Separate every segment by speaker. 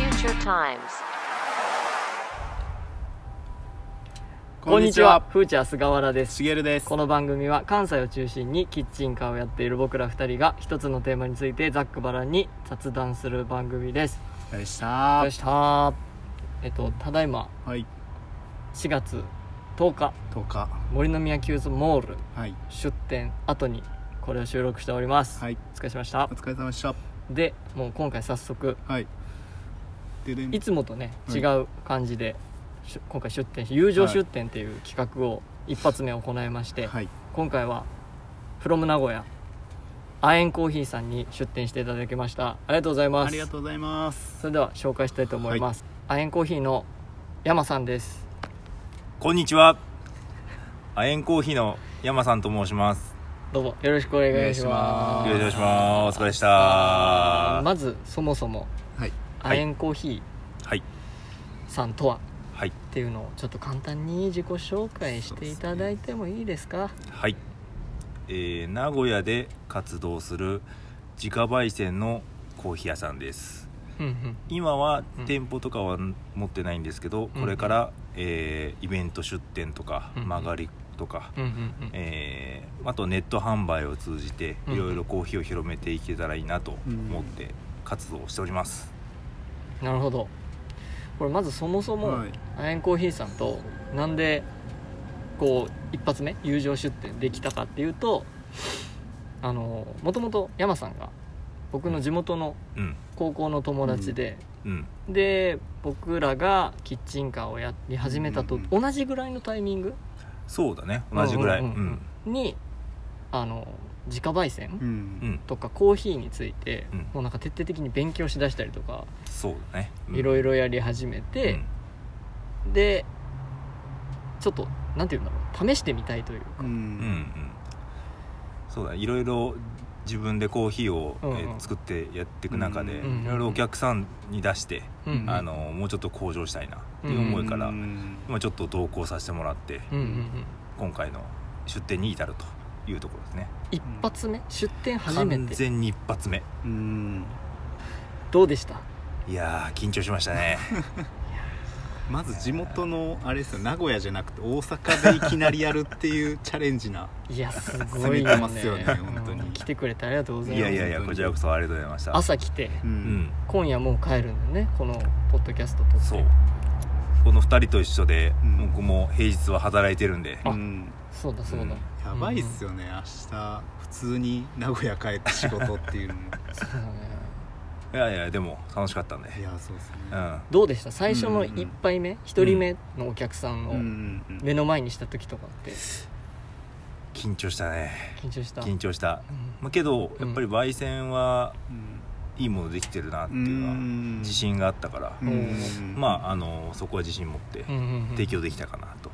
Speaker 1: times.
Speaker 2: こんにちは、フーチャー菅原です。
Speaker 3: しげるです
Speaker 2: この番組は関西を中心にキッチンカーをやっている僕ら二人が一つのテーマについてざっくばらんに雑談する番組です。
Speaker 3: でした
Speaker 2: よした。えっと、ただいま
Speaker 3: はい
Speaker 2: 4月10日、
Speaker 3: 10日
Speaker 2: 森の宮キューズモール
Speaker 3: はい
Speaker 2: 出店後にこれを収録しております。
Speaker 3: はい
Speaker 2: お疲れ様でした
Speaker 3: お。疲れ様でした
Speaker 2: で、もう今回早速、
Speaker 3: はいででん
Speaker 2: いつもとね、
Speaker 3: うん
Speaker 2: 違う感じで、しゅ今回出店し、友情出店っていう企画を一発目行いまして、
Speaker 3: はい
Speaker 2: 今回は「from 名古屋アエンコーヒーさんに出店していただきましたありがとうございます
Speaker 3: ありがとうございます
Speaker 2: それでは紹介したいと思います、アエンコーヒーの山さんです
Speaker 4: こんにちは。亜鉛コーヒーの山さんと申します。
Speaker 2: どうもよろしくお願いしま
Speaker 3: あ
Speaker 2: す
Speaker 4: よろしくお願いします。お疲れでした。
Speaker 2: あー
Speaker 4: は
Speaker 2: まずそもそも
Speaker 3: はい
Speaker 2: アエンコーヒ
Speaker 4: い。
Speaker 2: ーさんとは
Speaker 4: はい。
Speaker 2: っていうのをちょっと簡単に自己紹介していただいてもいいですか
Speaker 4: はい。えー名古屋で活動する自家焙煎のコーヒー屋さんです。
Speaker 2: うんうん
Speaker 4: 今は
Speaker 2: うん
Speaker 4: 店舗とかは持ってないんですけど、
Speaker 2: うん
Speaker 4: これから、えーイベント出店とか、
Speaker 2: うん
Speaker 4: 曲がりとか、
Speaker 2: うんうん
Speaker 4: えーあとネット販売を通じて
Speaker 2: うん
Speaker 4: いろいろコーヒーを広めていけたらいいなと思って活動をしております、
Speaker 2: うんなるほどこれまずそもそも、
Speaker 3: はい
Speaker 2: アイアンコーヒーさんとなんでこう一発目友情出店できたかっていうとあのもともと山さんが僕の地元の
Speaker 4: うん
Speaker 2: 高校の友達で、
Speaker 4: うん
Speaker 2: で僕らがキッチンカーをやり始めたと
Speaker 3: うんうん
Speaker 2: 同じぐらいのタイミング
Speaker 4: そうだね同じぐらい
Speaker 2: うん
Speaker 4: う
Speaker 2: うん
Speaker 4: ん
Speaker 2: うんにあの自家焙煎、
Speaker 3: う
Speaker 4: うんん
Speaker 2: とかコーヒーについて、
Speaker 4: うん
Speaker 2: もうなんか徹底的に勉強しだしたりとか
Speaker 4: そうだね
Speaker 2: いろ
Speaker 4: い
Speaker 2: いろやり始めて、
Speaker 4: うん
Speaker 2: でちょっとなんて言うんだろう試してみたいというか、
Speaker 3: う
Speaker 4: うんうんんそうだいろいろ自分でコーヒーを、
Speaker 2: うんうん
Speaker 4: えー作ってやっていく中で、
Speaker 3: うん
Speaker 2: うん
Speaker 4: いろいろお客さんに出して、
Speaker 2: うん
Speaker 3: うん
Speaker 4: あのもうちょっと向上したいなっていう思いから、
Speaker 3: うん
Speaker 4: 今ちょっと同行させてもらって、
Speaker 2: うんうんうん
Speaker 4: 今回の出店に至るというところですね
Speaker 2: 一発目出店初め
Speaker 4: 完
Speaker 2: て
Speaker 4: 全に一発目
Speaker 3: うん
Speaker 2: どうでした
Speaker 4: いやー緊張しましたね
Speaker 3: まず地元のあれですよ名古屋じゃなくて大阪でいきなりやるっていうチャレンジない
Speaker 2: やすごい
Speaker 3: 攻めてますよね
Speaker 2: うん
Speaker 3: 本当に
Speaker 2: 来てくれてありがと うございます
Speaker 4: いやいやいやこちらこそありがとうございました
Speaker 2: 朝来て
Speaker 3: う
Speaker 4: うんん
Speaker 2: 今夜もう帰るんだよねこのポッドキャストと
Speaker 4: そうこの2人と一緒で、
Speaker 3: うん
Speaker 4: 僕も平日は働いてるんで
Speaker 2: あ
Speaker 3: うん
Speaker 2: そうだそうだ、
Speaker 4: うん
Speaker 3: やばいっすよね明日普通に名古屋帰って仕事って いうのも
Speaker 2: そうだね
Speaker 4: いやいやでも楽しかったんで
Speaker 3: いやそうですね
Speaker 4: うん
Speaker 2: どうでした最初の
Speaker 3: うんうん
Speaker 2: 一杯目一人目のお客さん
Speaker 3: うん
Speaker 2: を
Speaker 3: うん
Speaker 2: 目の前にした時とかって
Speaker 4: 緊張したね
Speaker 2: 緊張した
Speaker 4: 緊張した、
Speaker 2: うん
Speaker 4: まあ、けど
Speaker 2: うん
Speaker 4: やっぱり焙煎は
Speaker 3: うん
Speaker 4: いいものできてるなっていうのは自信があったから、
Speaker 2: ん
Speaker 4: まああのそこは自信持って
Speaker 2: うんうんうん
Speaker 4: 提供できたかなと、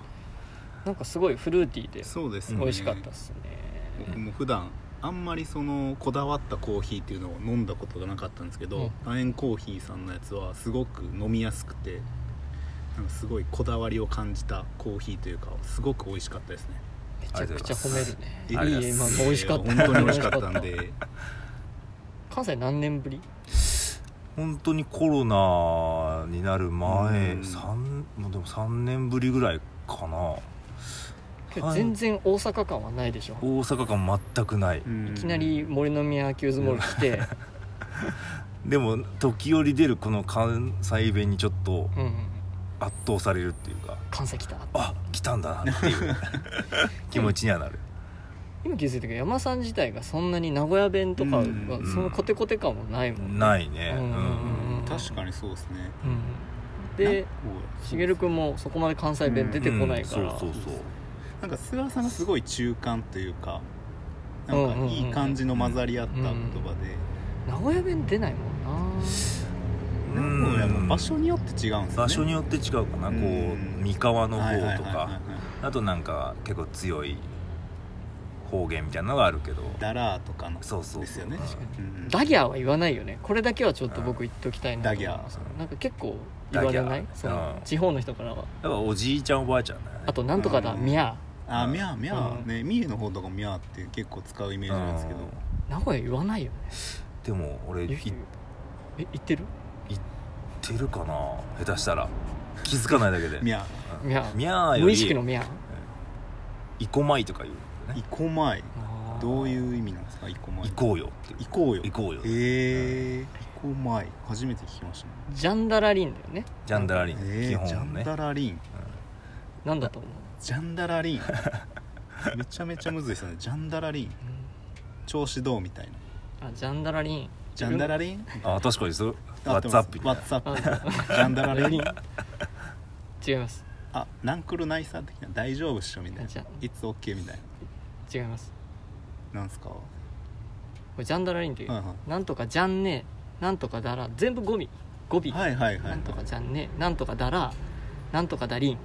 Speaker 2: なんかすごいフルーティーで
Speaker 3: そうですね
Speaker 2: 美味しかったっすね
Speaker 3: 僕も普段あんまりそのこだわったコーヒーっていうのを飲んだことがなかったんですけど、楕円コーヒーさんのやつはすごく飲みやすくてなんかすごいこだわりを感じたコーヒーというかすごく美味しかったですね
Speaker 2: めちゃくちゃ褒めるね
Speaker 4: ありがとうございます
Speaker 2: いいまあ美味しかった
Speaker 3: 本当に美味しかったんで
Speaker 2: 関西何年ぶり
Speaker 4: 本当にコロナになる前、
Speaker 3: うん
Speaker 4: 三もうでも3年ぶりぐらいかな
Speaker 2: けど
Speaker 4: はい
Speaker 2: 全然大阪感はないでしょ、
Speaker 4: 大阪間全くない、
Speaker 2: い、きなり森の宮キューズモール来て、
Speaker 4: でも時折出るこの関西弁にちょっと
Speaker 2: うんうん、
Speaker 4: 圧倒されるっていうか
Speaker 2: 関西来た
Speaker 4: あ来たんだなっていう 気持ちにはなる
Speaker 2: 今気づいたけど山さん自体がそんなに名古屋弁とかは
Speaker 3: うん
Speaker 4: うん
Speaker 2: そのコテコテ感もないもんね
Speaker 4: ないね
Speaker 2: うん
Speaker 4: うん
Speaker 3: 確かにそうですね
Speaker 2: うんで茂君もそこまで関西弁出てこないから、
Speaker 4: うんそうそうそう
Speaker 3: なんか菅原さんがすごい中間というかなんかいい感じの混ざり合った言葉で、
Speaker 2: 名古屋弁出ないもんな
Speaker 3: 名古屋も場所によって違うんですね
Speaker 4: 場所によって違うかな、
Speaker 3: うん
Speaker 4: こう三河の
Speaker 3: はいはい
Speaker 4: 方
Speaker 3: はい
Speaker 4: と
Speaker 3: はい
Speaker 4: かあとなんか結構強い方言みたいなのがあるけど
Speaker 3: ダラーとかの
Speaker 4: そうそうそう
Speaker 3: ですよね
Speaker 2: 確かに
Speaker 3: うん
Speaker 2: ダギャーは言わないよねこれだけはちょっと僕言っときたいなと思います
Speaker 4: ダギャー
Speaker 2: なんか結構言われな
Speaker 4: ダ
Speaker 2: い
Speaker 4: ギャー
Speaker 2: その
Speaker 4: うん
Speaker 2: 地方の人からは
Speaker 4: だからおじいちゃんおばあちゃんだよね
Speaker 2: あと「なんとかだ
Speaker 3: うん
Speaker 2: ミャー
Speaker 3: あ
Speaker 4: うん
Speaker 3: ミャーミャ
Speaker 2: う
Speaker 3: ー
Speaker 2: ん
Speaker 3: ね三重の方とかミャーって結構使うイメージなんですけど
Speaker 4: う
Speaker 2: 名古屋言わないよね
Speaker 4: んでも俺
Speaker 2: 言
Speaker 4: いう
Speaker 2: 人え言ってる
Speaker 4: ってるかな下手したら気づかない だけで
Speaker 3: いや
Speaker 4: うん
Speaker 2: ミャー
Speaker 4: ミャーよ
Speaker 2: 無意識の
Speaker 4: り
Speaker 2: ミャー
Speaker 4: イコマイとか言う
Speaker 3: 生
Speaker 4: ね
Speaker 3: 駒井
Speaker 2: あー
Speaker 3: どういう意味なんですか生駒井
Speaker 4: 行こうよって
Speaker 3: 行こうよ
Speaker 4: 行こうよ
Speaker 3: ええ生駒井初めて聞きましたね
Speaker 2: ジャンダラリンだよね
Speaker 4: ジャンダラリン
Speaker 3: え
Speaker 4: 基
Speaker 3: ージャ
Speaker 4: 本
Speaker 3: ン
Speaker 4: ね
Speaker 3: ダラリン
Speaker 2: なんだと思う、
Speaker 3: ジャンダ ラリンめちゃめちゃむずいですねジャンダラリン
Speaker 2: う
Speaker 3: 調子どうみたいなん
Speaker 2: あジャンダラリン
Speaker 3: ジャンダラリン
Speaker 4: あ確かにそう
Speaker 3: 合
Speaker 4: ワ
Speaker 3: っ
Speaker 4: ッ
Speaker 3: て
Speaker 4: ツア
Speaker 3: ま
Speaker 4: ッ
Speaker 3: す
Speaker 4: プみた
Speaker 3: ワ
Speaker 4: い
Speaker 3: ッツアッ
Speaker 4: な
Speaker 3: プ
Speaker 2: あ
Speaker 3: ジャンダラリン
Speaker 2: 違います
Speaker 3: あナンクルナイサー的な大丈夫っしょみたいな
Speaker 2: じゃあ
Speaker 3: It's OK みたい
Speaker 2: 違います
Speaker 3: ななんすかは
Speaker 2: これジャンダラリンとい、
Speaker 3: いうは
Speaker 2: なんとかじゃんねえなんとかだら全部語尾語尾、
Speaker 3: いはいはいは
Speaker 2: ないんとかじゃんねえなんとかだらなんとかだりん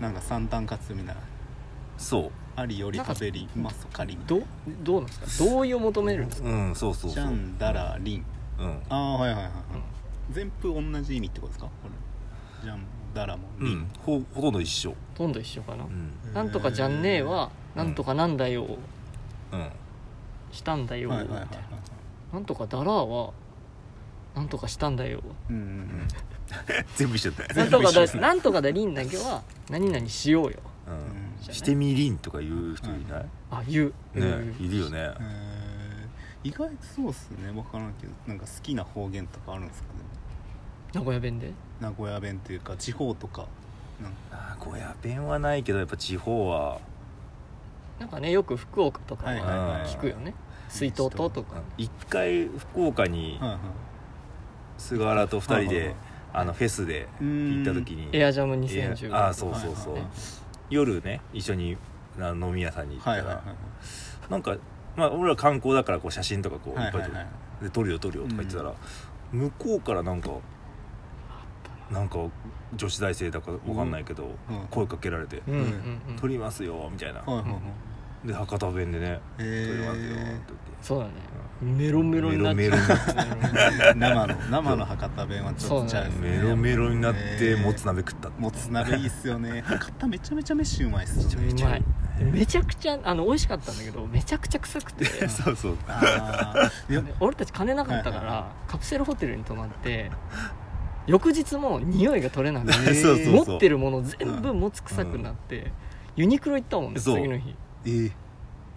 Speaker 3: なんか三段活みたいな
Speaker 4: そう
Speaker 3: ありより食べりますかりみたい
Speaker 2: どどうなんですか同意を求めるんですか
Speaker 4: うんそうそう
Speaker 3: な
Speaker 4: そう
Speaker 3: ジャンダラリン
Speaker 4: うん
Speaker 3: ああはいはいはいはい全部同じ意味ってことですかこれジャンダラも
Speaker 4: う
Speaker 3: リン
Speaker 4: んほほとんど一緒
Speaker 2: ほとんど一緒かな、
Speaker 4: うん
Speaker 2: なんとかじゃんねえはなんとかなんだよ、
Speaker 4: うん
Speaker 2: したんだよ、
Speaker 3: はいはいはいはい
Speaker 2: みたいななんとかだらはなんとかしたんだよ
Speaker 3: うんうん
Speaker 4: 全部一緒だ
Speaker 2: な
Speaker 4: よ
Speaker 2: んとかだ なんとかだりんだけは何々しようよ
Speaker 4: う
Speaker 3: うんん
Speaker 2: じゃない
Speaker 4: してみりんとか言う人いない
Speaker 2: あ言う、
Speaker 4: ねいるよね
Speaker 3: えー意外とそうっすね分からんけどなんか好きな方言とかあるんですかね
Speaker 2: 名古屋弁で
Speaker 3: 名古屋弁というか地方とかなんか
Speaker 4: あー小屋弁はないけどやっぱ地方は
Speaker 2: なんかねよく福岡とか
Speaker 3: はい
Speaker 4: い
Speaker 2: は
Speaker 3: はいはい
Speaker 2: 聞くよね、水筒ととか
Speaker 4: 一回福岡に
Speaker 3: はいはい
Speaker 4: 菅原と二人
Speaker 3: はいはいは
Speaker 4: で
Speaker 3: い
Speaker 4: あのフェスで行った時に
Speaker 2: エアジャム
Speaker 4: いや
Speaker 2: 2010
Speaker 4: あーそうそうそう
Speaker 3: はいはい
Speaker 4: 夜ね一緒にあ飲み屋さんに行った
Speaker 3: はい
Speaker 4: ら、
Speaker 3: はいはい
Speaker 4: なんかまあ俺ら観光だからこう写真とかこう
Speaker 3: はいい
Speaker 4: っぱ
Speaker 3: はいい
Speaker 4: 撮る
Speaker 3: はい
Speaker 4: で撮るよ撮るよとか言ってたら、向こうからなんかなんか女子大生だかわかんないけど、
Speaker 3: うん
Speaker 4: 声かけられて
Speaker 2: うんうん
Speaker 4: 「
Speaker 2: う
Speaker 4: 撮
Speaker 2: ん
Speaker 4: りますよ」みたいな、
Speaker 3: はいはいはい
Speaker 4: で博多弁でね
Speaker 3: へ
Speaker 4: 「撮りますよ」って
Speaker 3: ー
Speaker 2: そうだねメロメロになっちゃう
Speaker 4: メロメ
Speaker 3: 生の生の博多弁はちょっとちゃう
Speaker 4: 言
Speaker 3: で
Speaker 4: って
Speaker 3: すね
Speaker 4: メロメロになってもつ
Speaker 3: 鍋
Speaker 4: 鍋食ったって
Speaker 3: もつ鍋いいっすよね博多めちゃめちゃ飯うまいっすよね
Speaker 2: うまいめちゃくちゃあの美味しかったんだけどめちゃくちゃ臭くて
Speaker 4: そうそう
Speaker 3: あーいや
Speaker 2: で俺たち金なかったか
Speaker 3: はいはい
Speaker 2: らカプセルホテルに泊まって翌日も匂いが取れなく
Speaker 3: え
Speaker 2: て
Speaker 3: ー
Speaker 4: そうそうそう
Speaker 2: 持ってるもの全部持つ臭くなってユニクロ行ったもんね
Speaker 4: そう
Speaker 2: 次の日
Speaker 3: えー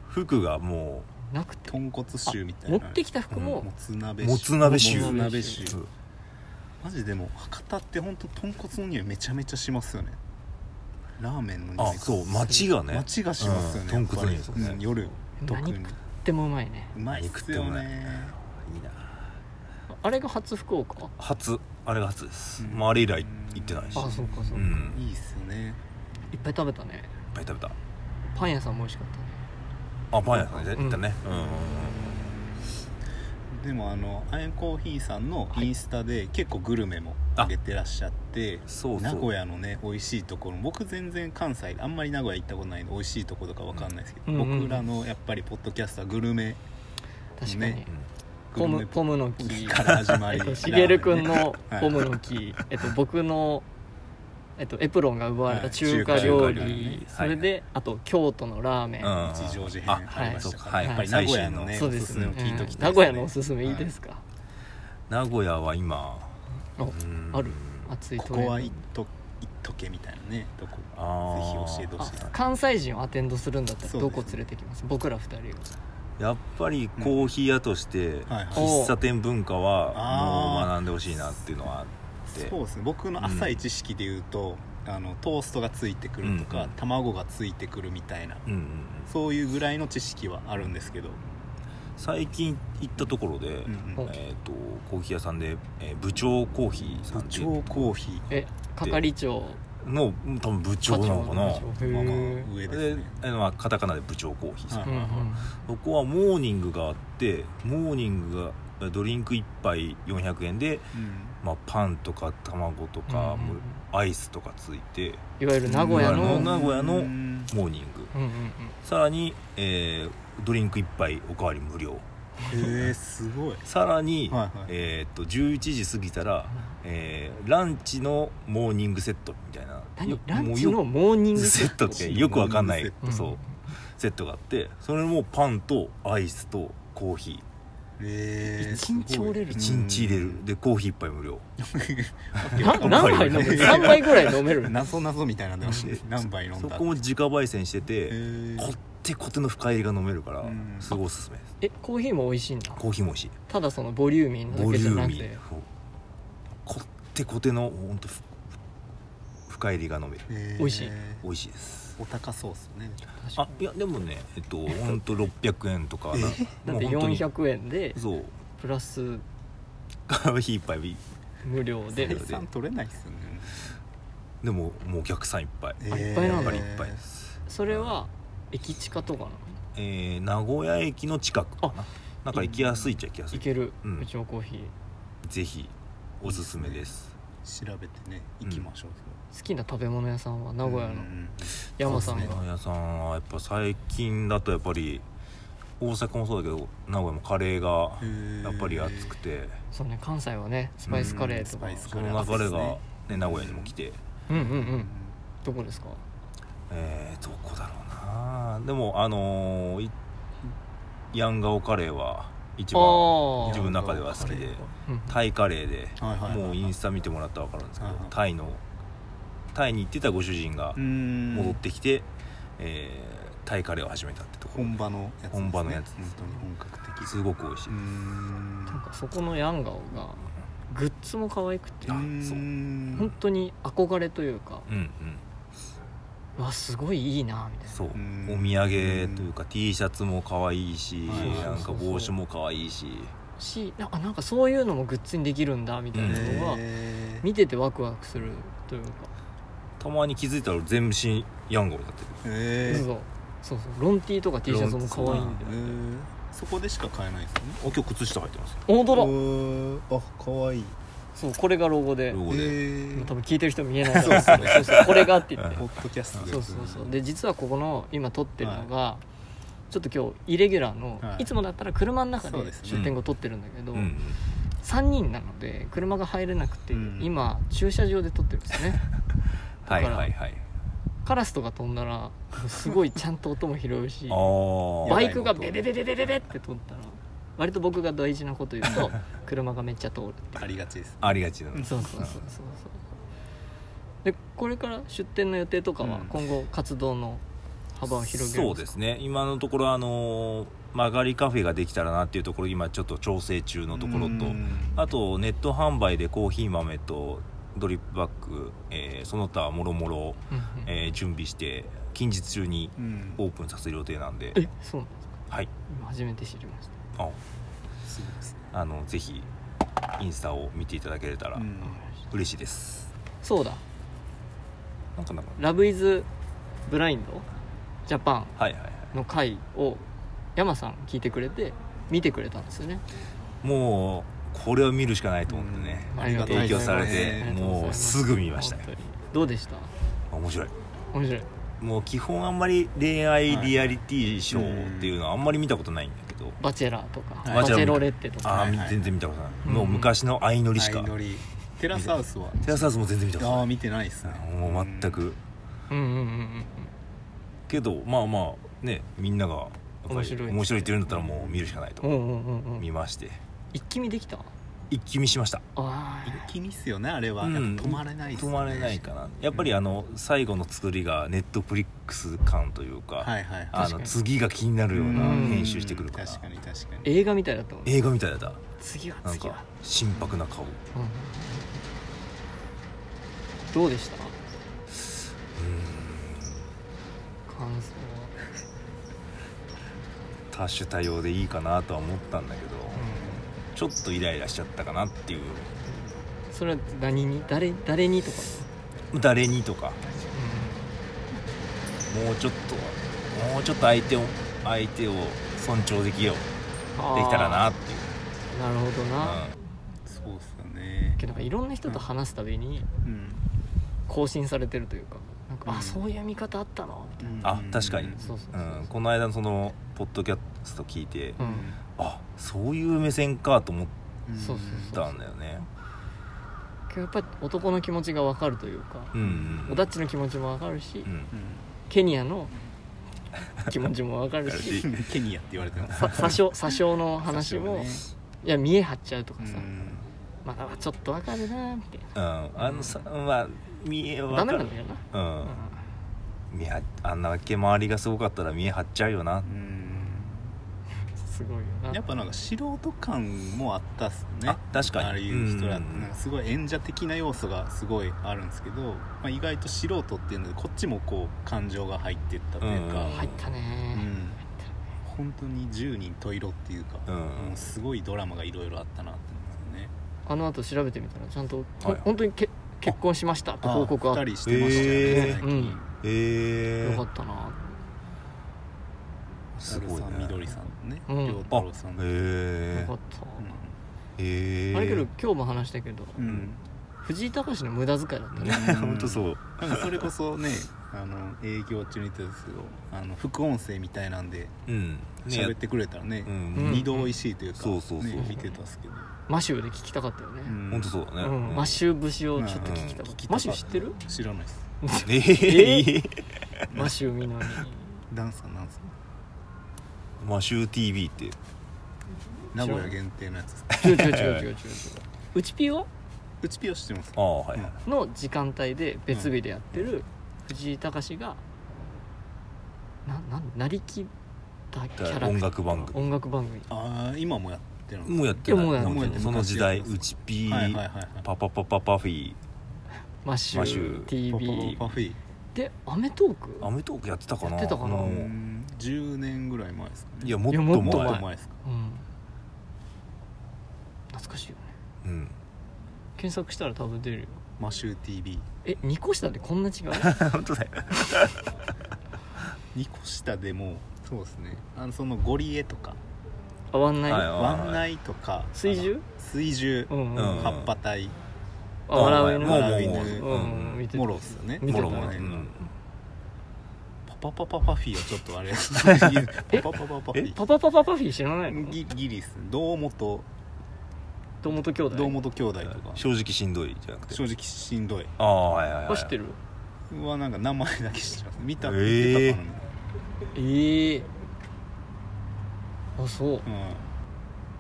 Speaker 4: 服がも
Speaker 2: なくて
Speaker 3: 豚骨臭みたい
Speaker 2: 持
Speaker 3: な
Speaker 2: ってきた服も
Speaker 3: もつ鍋
Speaker 4: う
Speaker 3: 臭
Speaker 4: もつ鍋臭
Speaker 3: もつ鍋臭
Speaker 4: うん
Speaker 3: マジでも博多って本当豚骨の匂いめちゃめちゃしますよねラーメンの匂い
Speaker 4: あそう街がね
Speaker 3: 街がしますよね、
Speaker 4: うん豚骨の匂い
Speaker 3: やっぱり
Speaker 4: ですね
Speaker 3: うん夜特
Speaker 2: 何
Speaker 3: に
Speaker 2: 食ってもうまいね
Speaker 3: うまいっすよね
Speaker 4: いいな
Speaker 2: あれが初福岡
Speaker 4: 初あれが初です、
Speaker 3: うん
Speaker 4: まああれ以来行ってないし
Speaker 2: あそうかそうか、
Speaker 4: う
Speaker 2: いっ
Speaker 4: んいっ
Speaker 3: いいっすよね
Speaker 2: ぱい食べたね
Speaker 4: ぱい食べた
Speaker 2: パン屋さんも美味しかったね
Speaker 4: あパン屋さんで行ったねうん、うんうん
Speaker 3: でもあのアインコーヒーさんのインスタで結構グルメも上げてらっしゃって、
Speaker 4: そうそう
Speaker 3: 名古屋のね美味しいところ僕全然関西あんまり名古屋行ったことないんで美味しいところとかわかんないですけど、
Speaker 2: うんうんうん
Speaker 3: 僕らのやっぱりポッドキャストはグルメ
Speaker 2: 確かに、
Speaker 3: ねグ
Speaker 2: ポ
Speaker 3: ル
Speaker 2: ム
Speaker 3: メ
Speaker 2: ポムの木
Speaker 3: から始ま
Speaker 2: え
Speaker 3: り
Speaker 2: っと、しげるくん
Speaker 3: ラーメンね
Speaker 2: のポムの木、えっと、僕の、えっと、エプロンが奪われた中華料理、
Speaker 3: はい中華料
Speaker 4: 理ね
Speaker 2: それで、あと京都のラーメン、
Speaker 4: うん
Speaker 3: 吉祥寺
Speaker 4: あ
Speaker 3: 編ありましたから、
Speaker 4: はい
Speaker 3: やっぱり名古屋のね
Speaker 2: そう
Speaker 3: お
Speaker 2: ですす
Speaker 3: すめ
Speaker 2: ね
Speaker 3: を聞いときた
Speaker 2: 名
Speaker 3: いですね
Speaker 2: 古屋のおすすめいいですか、
Speaker 4: 名古屋は今
Speaker 2: お
Speaker 4: うん
Speaker 2: ある熱い
Speaker 3: こ
Speaker 2: トレンド
Speaker 3: こは行っと行っとけみたいなねとこ
Speaker 4: あー
Speaker 3: ぜひ教えてほしいです
Speaker 2: あ関西人をアテンドするんだったら
Speaker 3: そう
Speaker 2: ど
Speaker 3: です
Speaker 2: こ連れてきます僕ら二人を
Speaker 4: やっぱりコーヒー屋として
Speaker 3: はいはい
Speaker 4: 喫茶店文化は
Speaker 3: あ
Speaker 4: も
Speaker 3: ー
Speaker 4: う学んでほしいなっていうのはあって
Speaker 3: そうですね僕の浅い知識で言うと、あのトーストがついてくるとか、
Speaker 4: うんうん
Speaker 3: 卵がついてくるみたいな
Speaker 4: うんうんうん
Speaker 3: そういうぐらいの知識はあるんですけど、
Speaker 4: 最近行ったところで、
Speaker 3: うん
Speaker 2: お
Speaker 4: えー、とコーヒー屋さんで、えー部長コーヒーさん
Speaker 3: 部
Speaker 4: っていう
Speaker 3: 長コーヒ
Speaker 2: え係長
Speaker 4: の多分部長なのかな
Speaker 2: 課長
Speaker 3: ーまあまあ
Speaker 2: へ
Speaker 3: 上で
Speaker 4: です
Speaker 3: ね
Speaker 4: あのまあカタカナで部長コーヒーさん、
Speaker 2: ーうんうん
Speaker 4: そこはモーニングがあってモーニングがドリンク1杯400円で、
Speaker 3: うん
Speaker 4: まあ、パンとか卵とか、
Speaker 2: うんうんうん
Speaker 4: アイスとかついて
Speaker 2: いわゆる名古屋の、
Speaker 4: うん名古屋の
Speaker 3: うん
Speaker 4: モーニング
Speaker 2: うんうんうん
Speaker 4: さらに、えードリンク1杯おかわり無料
Speaker 3: へえすごい
Speaker 4: さらに、
Speaker 3: はいはい
Speaker 4: えーっと11時過ぎたら、えーランチのモーニングセットみたいなよ
Speaker 2: 何ランチ
Speaker 4: も
Speaker 2: の
Speaker 4: うよ
Speaker 2: モーニング
Speaker 4: セットってよくわかんない、
Speaker 3: モーニン
Speaker 2: グセット
Speaker 4: そうセットがあってそれもパンとアイスとコーヒー
Speaker 3: えー、
Speaker 2: 一日
Speaker 3: すごい
Speaker 2: 折れる
Speaker 4: 一日入れるでコーヒー一杯無料
Speaker 2: な何杯飲む ?3 杯ぐらい飲める
Speaker 3: 謎謎みたいなの出まして何杯飲んだ
Speaker 4: そこも自家焙煎して
Speaker 3: え
Speaker 4: て
Speaker 3: ー
Speaker 4: こってこての深入りが飲めるから
Speaker 3: うん
Speaker 4: すごいおすすめです
Speaker 2: えコーヒーも美味しいんだ
Speaker 4: コーヒーも美味しい
Speaker 2: ただそのボリューミーなだ
Speaker 4: ボ
Speaker 2: け
Speaker 4: リ
Speaker 2: じ
Speaker 4: ュ
Speaker 2: ゃ
Speaker 4: ー
Speaker 2: なく
Speaker 4: ミー
Speaker 2: て
Speaker 4: そうこってこてのほんとふ深入りが飲める
Speaker 3: えー
Speaker 2: 美味しい
Speaker 4: 美味しいです
Speaker 3: お高そうっすね
Speaker 2: 確
Speaker 4: あ
Speaker 2: か
Speaker 4: いやでもねえっ とほんと600円とか
Speaker 3: え
Speaker 2: にだって
Speaker 4: もうほんとに
Speaker 2: 400円で
Speaker 4: そう
Speaker 2: プラス
Speaker 4: コーヒー一杯
Speaker 2: 無料で
Speaker 3: 採算取れないっすよね
Speaker 4: でももうお客さんいっぱい
Speaker 2: あいっぱいなん
Speaker 4: やっ
Speaker 2: だ
Speaker 4: ぱりいっぱいです
Speaker 2: それは駅地下とかなの
Speaker 4: えー名古屋駅の近くかななんか行きやすいっちゃ行きやす
Speaker 2: 行
Speaker 4: い
Speaker 2: ける
Speaker 4: うん
Speaker 2: うちのコーヒー
Speaker 4: ぜひおすすめです
Speaker 3: 調べてね行きましょう、
Speaker 2: 好きな食べ物屋さんは名古屋の
Speaker 3: うん
Speaker 2: 山さん
Speaker 4: そうです
Speaker 2: が
Speaker 4: ね名古屋さんはやっぱ最近だとやっぱり大阪もそうだけど名古屋もカレーがやっぱり熱くて
Speaker 2: そうね関西はねスパイスカレーとか
Speaker 3: うんスパイス
Speaker 4: その流れが、ね名古屋にも来て、
Speaker 2: うんうんう
Speaker 3: うん
Speaker 2: んどこですか
Speaker 4: えー、どこだろうなでもあのーいヤンガオカレーは一
Speaker 2: あ
Speaker 4: 番
Speaker 2: ー
Speaker 4: 自分の中では好きで
Speaker 2: うん
Speaker 4: タイカレーで
Speaker 3: はいはいはい
Speaker 4: もうインスタ見てもらったら分かるんですけど
Speaker 3: はいはい
Speaker 4: タイのタイに行ってたご主人が
Speaker 3: うん
Speaker 4: 戻ってきて、えータイカレーを始めたってところ
Speaker 3: 本場のやつですね
Speaker 4: 本場のや
Speaker 3: 本
Speaker 4: つ
Speaker 3: 当に本格的
Speaker 4: すごく美味しい、
Speaker 3: ん
Speaker 2: なんかそこのヤンガオがグッズも可愛くて
Speaker 4: あそう
Speaker 3: ーん
Speaker 2: 本当に憧れというか
Speaker 4: うんうん
Speaker 2: うわすごいいいなみたいな
Speaker 4: そう
Speaker 3: うん
Speaker 4: お土産というか T シャツも可愛いし
Speaker 3: はい
Speaker 4: なんか帽子も可愛いし
Speaker 2: しなあなんかそういうのもグッズにできるんだみたいなのは
Speaker 3: えー
Speaker 2: 見ててワクワクするというか
Speaker 4: たまに気づいたら全身ヤンゴになってる
Speaker 3: えー
Speaker 2: そうそうそうロン T とか T シャツも可愛いんだ
Speaker 3: え
Speaker 2: よ
Speaker 3: ーそこでしか買えないですよね
Speaker 4: あ今日靴下入ってます
Speaker 2: 本当
Speaker 3: う
Speaker 2: だ
Speaker 3: ーあ可愛い
Speaker 2: そうこれがロゴで
Speaker 4: ロ
Speaker 3: え
Speaker 4: ゴ
Speaker 2: 多
Speaker 4: で、
Speaker 3: ー
Speaker 2: 分聞いてる人見えないからそうそうそうこれがって言って
Speaker 3: ポッドキャスト
Speaker 2: そうそうそうで実はここの今撮ってるのが、ちょっと今日イレギュラーの、
Speaker 3: はい
Speaker 2: い、つもだったら車の中で
Speaker 3: そうですね
Speaker 2: 出店後撮ってるんだけど、
Speaker 4: うんうん、
Speaker 2: 3人なので車が入れなくて、
Speaker 3: うん
Speaker 2: 今駐車場で撮ってるんですね
Speaker 4: はい
Speaker 2: だから
Speaker 4: はいはい
Speaker 2: カラスとか飛んだらすごいちゃんと音も拾うし
Speaker 4: あー
Speaker 2: バイクがベベベベベベベって撮ったら割と僕が大事なこと言うと車がめっちゃ通るって
Speaker 3: ありがちです
Speaker 4: ありがちなの
Speaker 2: そうそうそうそうそうでこれから出店の予定とかは
Speaker 3: うん
Speaker 2: 今後活動の幅を広げる
Speaker 4: そ
Speaker 2: ん
Speaker 4: う
Speaker 2: で
Speaker 4: ですすね今のところあのー曲がりカフェができたらなっていうところ今ちょっと調整中のところとあとネット販売でコーヒー豆とドリップバッグ、えーその他もろもろ
Speaker 2: か、うんうん
Speaker 4: えー準備して近日中に
Speaker 3: うん
Speaker 4: オープンさせる予定なんで
Speaker 2: えそうなんですか
Speaker 4: はい
Speaker 2: 今初めて知りました
Speaker 4: あ
Speaker 3: すごいですね
Speaker 4: あのぜひインスタを見ていただけれたら
Speaker 3: うん
Speaker 4: 嬉しいです、
Speaker 2: そうだ
Speaker 4: なんかなんか
Speaker 2: 「ラブイズブラインドジャパン
Speaker 4: はいはいはい」
Speaker 2: の回を山さん聞いてくれて見てくれたんですよね
Speaker 4: もうこれを見るしかないと思ってね、
Speaker 3: ありがとうござ
Speaker 4: 提
Speaker 3: いま
Speaker 4: 供
Speaker 3: す
Speaker 4: され
Speaker 3: あり
Speaker 4: て
Speaker 3: が
Speaker 4: もうすぐ見ましたよ
Speaker 2: よどうでした
Speaker 4: 面白い
Speaker 2: 面白い
Speaker 4: もう基本あんまり恋愛リアリティショーっていうのはあんまり見たことないんだけど、
Speaker 2: バチェラーとか
Speaker 4: はい
Speaker 2: バチェロレッテとか
Speaker 4: ああ
Speaker 3: はいはい
Speaker 4: 全然見たことない、
Speaker 2: うん
Speaker 4: もう昔の相乗りし
Speaker 3: 相
Speaker 4: か
Speaker 3: 乗りテラスハウスは
Speaker 4: テラスハウスも全然見たこと
Speaker 3: あ
Speaker 4: な
Speaker 3: あ
Speaker 4: い
Speaker 3: 見てないですね
Speaker 4: もう全く
Speaker 2: うんうんうんうん
Speaker 4: けどまあまあねみんながやっぱり
Speaker 2: 面白い
Speaker 4: 面白いって言うんだったらもう見るしかないと
Speaker 2: うんうんうんうんう
Speaker 4: 見
Speaker 2: ん
Speaker 4: まして
Speaker 2: 一気見できた
Speaker 4: 一気見しました
Speaker 2: あ
Speaker 3: 一気見っすよねあれは
Speaker 4: うん
Speaker 3: やっぱ止まれないっす
Speaker 4: 止
Speaker 3: ね
Speaker 4: まれないかなやっぱりあの最後の作りがネットフリックス感というか、
Speaker 3: はいはいはい
Speaker 4: あ
Speaker 2: 確か
Speaker 4: の
Speaker 2: に
Speaker 4: 次が気になるような編集してくるから
Speaker 3: 確かに確かに
Speaker 2: 映画みたいだったもんね
Speaker 4: 映画みたいだった
Speaker 2: 次は
Speaker 4: なん
Speaker 2: 次は
Speaker 4: か心拍な顔
Speaker 2: うんうんどうでした感想は
Speaker 4: 多種多様でいいかなとは思ったんだけど
Speaker 2: う
Speaker 4: ちょっとイライラしちゃったかなっていうん
Speaker 2: それは何に誰誰にとか
Speaker 4: 誰にとかもうちょっともうちょっと相手を相手を尊重できようできたらな
Speaker 2: あ
Speaker 4: っていう、
Speaker 2: ーなるほどな、
Speaker 3: そうっすよね
Speaker 2: けどなんかいろんな人と話すたびに
Speaker 3: うん
Speaker 2: 更新されてるというかなんか、
Speaker 3: うん
Speaker 2: あそういう見方あったのみたい
Speaker 4: うんあ確かに、
Speaker 2: そうそうそ
Speaker 4: う、
Speaker 2: うん
Speaker 4: この間のそのポッドキャスト聞いて、
Speaker 2: うん
Speaker 4: あそういう目線かと思っ
Speaker 3: ん
Speaker 2: そうそうそう
Speaker 4: たんだよね
Speaker 2: なけどやっぱり男の気持ちが分かるというか
Speaker 4: うんうん
Speaker 2: オダッチの気持ちも分かるし、
Speaker 4: うん
Speaker 3: うん
Speaker 2: ケニアの気持ちもわかるし
Speaker 4: う
Speaker 3: ケニアって言われてます
Speaker 2: さ詐称詐称の話 も、
Speaker 3: ね
Speaker 2: いや見え張っちゃうと
Speaker 3: う
Speaker 2: かさ、
Speaker 3: ん
Speaker 2: まあちょっとわかるなーみたい
Speaker 4: うんあのさまあ見え
Speaker 2: なダ
Speaker 4: わか
Speaker 2: メなん
Speaker 4: る
Speaker 2: だよな、
Speaker 4: う
Speaker 2: うん
Speaker 4: ん見えあんなけ周りがすごかったら見え張っちゃうよな
Speaker 3: うん
Speaker 2: すごいよな
Speaker 3: やっぱなんか素人感もあったっすね
Speaker 4: あ確かに
Speaker 3: ああいう人らって
Speaker 4: うん
Speaker 3: なんかすごい演者的な要素がすごいあるんですけど、まあ、意外と素人っていうのでこっちもこう感情が入ってったというか
Speaker 4: うん
Speaker 2: 入った
Speaker 3: う
Speaker 2: ね
Speaker 3: ん本当に10人十色っていうか、
Speaker 4: うん
Speaker 3: もうすごいドラマがいろいろあったなって思うんですよね
Speaker 2: あの後調べてみたらちゃんと、
Speaker 4: はいはい
Speaker 2: 本当にけ結婚しましたって報告あ
Speaker 3: あ
Speaker 2: っ
Speaker 3: ー
Speaker 2: た
Speaker 3: 二人してましたよね、
Speaker 4: えー
Speaker 3: 最近
Speaker 2: うん
Speaker 4: え
Speaker 2: よ
Speaker 4: え
Speaker 2: かったな
Speaker 4: すご
Speaker 3: なる
Speaker 4: い
Speaker 3: さん
Speaker 4: ね
Speaker 3: 緑さんね
Speaker 2: うん
Speaker 3: 亮太郎さんうん
Speaker 4: え
Speaker 2: よかっ
Speaker 4: ー
Speaker 2: た、
Speaker 4: えー、
Speaker 2: あれけど今日も話したけど、
Speaker 3: うん
Speaker 2: 藤井隆の無駄遣いだったね
Speaker 4: 本当そう
Speaker 3: なんかそれこそねあの営業中に言ってたんですけどあの副音声みたいなんで
Speaker 4: うん
Speaker 3: 喋ってくれたらね
Speaker 4: うん、
Speaker 2: うん
Speaker 3: 二度おいしいというか、
Speaker 4: そうそうそう
Speaker 3: ね、見てたんですけど、
Speaker 2: マシューで聞きたかったよね、
Speaker 3: うん
Speaker 4: 本当そうだね、
Speaker 2: うんマッシュ節をちょっと聞きたかった、
Speaker 3: うん
Speaker 2: マッシュ知ってる
Speaker 3: 知らないです
Speaker 4: えー、
Speaker 2: マッシュみのり
Speaker 3: ダンサーなんですか
Speaker 4: マシュー TV って
Speaker 3: 名古屋限定のやつですか
Speaker 2: 違う違う違う違う違う違ううちピオ
Speaker 3: うちピオ知ってます
Speaker 4: ああはい、はい
Speaker 2: の時間帯で別日でやってる藤井隆がななんなりきったキャラクター
Speaker 4: 音楽番組
Speaker 2: 音楽番組
Speaker 3: ああ今もやってるんです
Speaker 4: もうやってない
Speaker 2: いやもうやってない
Speaker 4: なんかねその時代うちピー、
Speaker 3: はいはいはいはい
Speaker 4: パパパパパフィー
Speaker 2: マッシ
Speaker 4: マッシ
Speaker 2: ュ
Speaker 4: ュ
Speaker 2: TV
Speaker 3: パパパフィー
Speaker 2: で『アメトーク
Speaker 4: ア』メトークやってたかな
Speaker 2: やってたかな
Speaker 4: う
Speaker 3: うんん10年ぐらい前ですかね
Speaker 4: いやもっ
Speaker 2: い
Speaker 4: と
Speaker 2: や
Speaker 4: 前
Speaker 2: もっと
Speaker 3: もっと
Speaker 2: 前
Speaker 3: 前ですか
Speaker 2: うん懐かしいよね
Speaker 4: うん、
Speaker 2: 検索したら多分出るよ
Speaker 3: マシュー TV
Speaker 2: え二個下でこん な違う
Speaker 4: 本当だよ
Speaker 3: 2個下でもそうですねあのそのゴリエとか
Speaker 2: あわんない、
Speaker 4: はい
Speaker 3: ワンナイとか
Speaker 2: 水獣
Speaker 3: あの水獣
Speaker 2: うんうん、
Speaker 4: うん
Speaker 3: 葉
Speaker 2: あ
Speaker 3: っぱ隊
Speaker 2: 笑う
Speaker 4: も
Speaker 2: の
Speaker 4: うもう
Speaker 3: 笑い
Speaker 2: うん
Speaker 3: 犬
Speaker 2: うんうん見てた
Speaker 3: モロっすよね
Speaker 2: 見てた
Speaker 4: もろもろ、
Speaker 3: ね
Speaker 4: うん
Speaker 3: パパパパパフィーはちょっとあれパパパパパフィ
Speaker 4: え
Speaker 2: パパパパパフィー知らないの
Speaker 3: ーギギリス堂本
Speaker 2: 堂本兄弟
Speaker 3: 堂本兄弟とか
Speaker 4: 正直しんどいじゃなくて
Speaker 3: 正直しんどい
Speaker 4: ああはいはい、はい、
Speaker 2: 知ってる
Speaker 3: はなんか名前だけ知ってます見た
Speaker 4: え
Speaker 3: 見
Speaker 4: ー
Speaker 3: てたかな
Speaker 2: ええあそう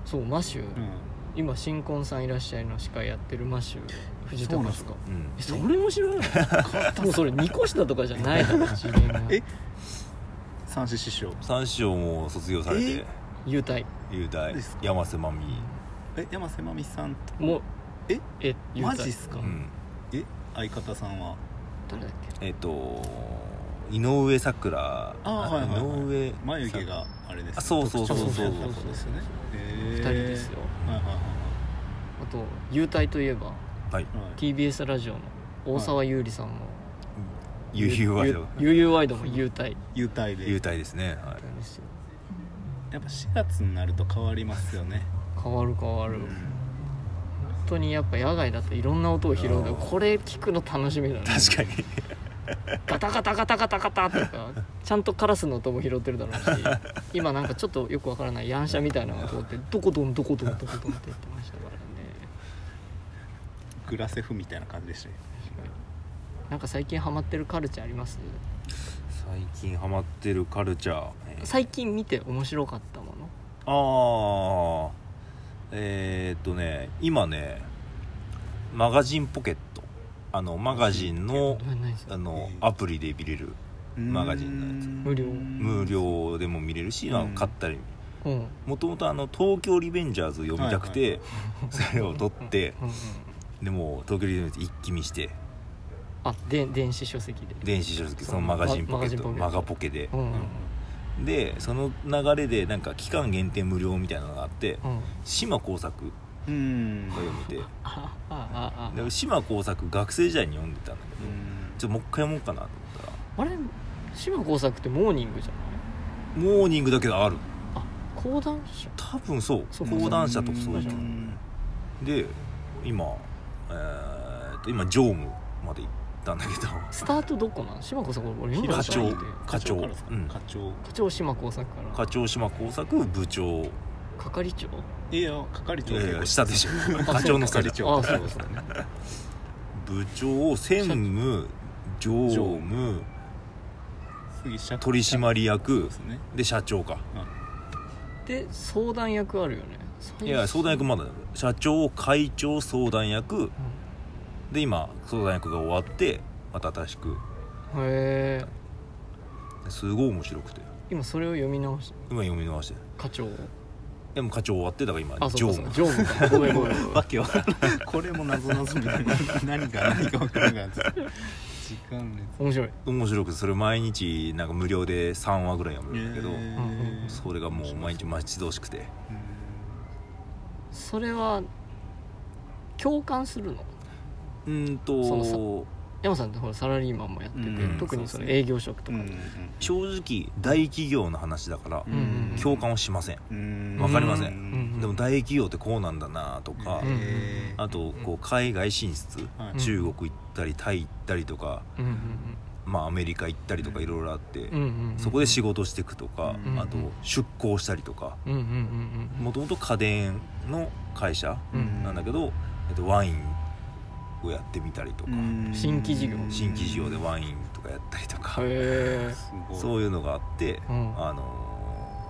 Speaker 2: そうマシュー、
Speaker 3: うんうん
Speaker 2: 今新婚さんいらっしゃいの司会やってるマシュー藤
Speaker 3: そう
Speaker 2: 田
Speaker 3: なん
Speaker 2: ですす
Speaker 3: か
Speaker 2: か
Speaker 4: うん
Speaker 2: えそれも知らないのもうそれ二個下とかじゃないだろ次元が
Speaker 3: え三子師匠
Speaker 4: 三師匠も卒業されて
Speaker 2: 優待
Speaker 4: 雄大
Speaker 3: ですか
Speaker 4: 山瀬まみ
Speaker 3: え山瀬まみさんと
Speaker 2: もう
Speaker 3: え
Speaker 2: え優
Speaker 3: マ
Speaker 2: 待
Speaker 3: ジっすか
Speaker 4: うん
Speaker 3: え相方さんは
Speaker 2: 誰だっけ
Speaker 4: えっ、と井上咲楽
Speaker 3: あはいはいはい
Speaker 4: 井上
Speaker 3: 眉毛があれです
Speaker 4: あそうそうそう
Speaker 2: そうそ
Speaker 3: 特徴
Speaker 2: う
Speaker 3: 的な子ですよね
Speaker 2: 二
Speaker 3: 二
Speaker 2: 人ですよ
Speaker 3: はいはいはい
Speaker 2: あと優待といえば
Speaker 4: はい
Speaker 3: はい
Speaker 2: TBS ラジオの大沢優里さんも
Speaker 4: ゆゆわよ
Speaker 2: ゆゆゆワイドも優待
Speaker 3: 優待
Speaker 4: 雄
Speaker 3: で
Speaker 4: 大ですね、はい、
Speaker 2: なんですよ
Speaker 3: やっぱ4月になると変わりますよね
Speaker 2: 変わる変わる本当にやっぱ野外だといろんな音を拾うから
Speaker 4: うん
Speaker 2: これ聞くの楽しみだね
Speaker 4: 確かに
Speaker 2: ガタガタガタガタガタとかちゃんとカラスの音も拾ってるだろうし今なんかちょっとよくわからないヤン車みたいなのが通ってどこどんどこどんどこどんって言ってましたからね
Speaker 3: グラセフみたいな感じでしたよ
Speaker 2: なんか最近ハマってるカルチャーあります
Speaker 4: 最近ハマってるカルチャー、えー
Speaker 2: 最近見て面白かったもの
Speaker 4: ああえーっとね今ねマガジンポケットあのマガジンの
Speaker 2: ごめん何です
Speaker 4: あのアプリで見れるマガジンのやつ
Speaker 2: 無料
Speaker 4: 無料でも見れるし、まあ
Speaker 3: うん
Speaker 4: 買ったり
Speaker 2: うんうん
Speaker 4: もともとあの「東京リベンジャーズ」読みたくて、それを取って
Speaker 2: うん
Speaker 4: でもう東京リベンジャーズ一気見して
Speaker 2: あで電子書籍で
Speaker 4: 電子書籍そのマガジンポケッ
Speaker 2: マ
Speaker 4: トマ
Speaker 2: マガジンポケット
Speaker 4: ガポケで
Speaker 2: うんうん
Speaker 4: でその流れでなんか期間限定無料みたいなのがあって
Speaker 2: うん
Speaker 4: 島耕作
Speaker 3: うんうん
Speaker 4: が読めて
Speaker 2: ああああ
Speaker 4: で島耕作学生時代に読んでたんだけ
Speaker 3: う
Speaker 4: ど、
Speaker 3: ん
Speaker 4: ちょっともう一回読もうかなと思った
Speaker 2: あ
Speaker 4: ら
Speaker 2: れ島耕作ってモーニングじゃ
Speaker 4: モーニングだけどある
Speaker 2: ないあ講談社
Speaker 4: 多分そう
Speaker 2: そうか
Speaker 4: 講談社とかそうじゃ
Speaker 3: うんん
Speaker 4: で今えーっと今常務まで行ったんだけど
Speaker 2: スタートどこなん島耕作俺読んだ
Speaker 4: 課
Speaker 2: こと
Speaker 4: 長
Speaker 2: なくて
Speaker 4: 課長
Speaker 3: からですか
Speaker 4: うん
Speaker 3: 課長
Speaker 2: 課長島耕作から
Speaker 4: 課長島耕作部長
Speaker 2: 係長
Speaker 3: いや係
Speaker 4: い
Speaker 3: 長
Speaker 4: やいや下でしょ
Speaker 2: あ
Speaker 4: 課長の下で
Speaker 3: 係
Speaker 4: し
Speaker 3: 長
Speaker 4: ょ
Speaker 2: あそうかそうか
Speaker 4: 部長専務常務
Speaker 3: 次社
Speaker 4: 取締
Speaker 3: そう
Speaker 4: 役
Speaker 3: ですね
Speaker 4: で社長か
Speaker 2: で相談役あるよね
Speaker 4: いや相談役まだ社長会長相談役で今相談役が終わってまた新しく
Speaker 2: うんへえ
Speaker 4: すごい面白くて
Speaker 2: 今それを読み直し
Speaker 4: 今読み直してる
Speaker 2: 課長
Speaker 4: でも課長終わってだから今
Speaker 2: あそう
Speaker 4: 常
Speaker 2: かそう
Speaker 4: 務
Speaker 2: か常務かごめんごめんごめん
Speaker 3: わけわからんこれも謎謎みたいな何が何か分からんから時間列
Speaker 2: 面白い
Speaker 4: 面白くてそれ毎日なんか無料で3話ぐらい読めるんだけど、
Speaker 3: えー
Speaker 4: それがもう毎日待ち遠しくて
Speaker 3: うん
Speaker 2: それは共感するの
Speaker 4: うーんと
Speaker 2: その山さんってほらサラリーマンもやってて、
Speaker 3: うん
Speaker 2: 特にそ
Speaker 3: そう
Speaker 2: の
Speaker 3: ですね
Speaker 2: 営業職とか、
Speaker 4: 正直大企業の話だから
Speaker 2: んうん
Speaker 4: 共感をしません、
Speaker 3: うん
Speaker 4: わかりません
Speaker 2: うん
Speaker 4: でも大企業ってこうなんだなとか、
Speaker 2: うん
Speaker 4: あとこう海外進出、
Speaker 3: はい
Speaker 2: うん
Speaker 4: 中国行ったりタイ行ったりとか、
Speaker 2: うん
Speaker 4: まあ、アメリカ行ったりとかいろいろあって、
Speaker 2: うんうんうんうん
Speaker 4: そこで仕事していくとか、
Speaker 3: うん
Speaker 4: あと出向したりとか
Speaker 2: うんうんうん
Speaker 4: もともと家電の会社
Speaker 2: うんうん
Speaker 4: なんだけど、えっと、ワインをやってみたりとか、
Speaker 2: 新規事業
Speaker 4: 新規事業でワインとかやったりとか、
Speaker 2: へえ
Speaker 3: すごい
Speaker 4: そういうのがあって、
Speaker 2: うん
Speaker 4: あの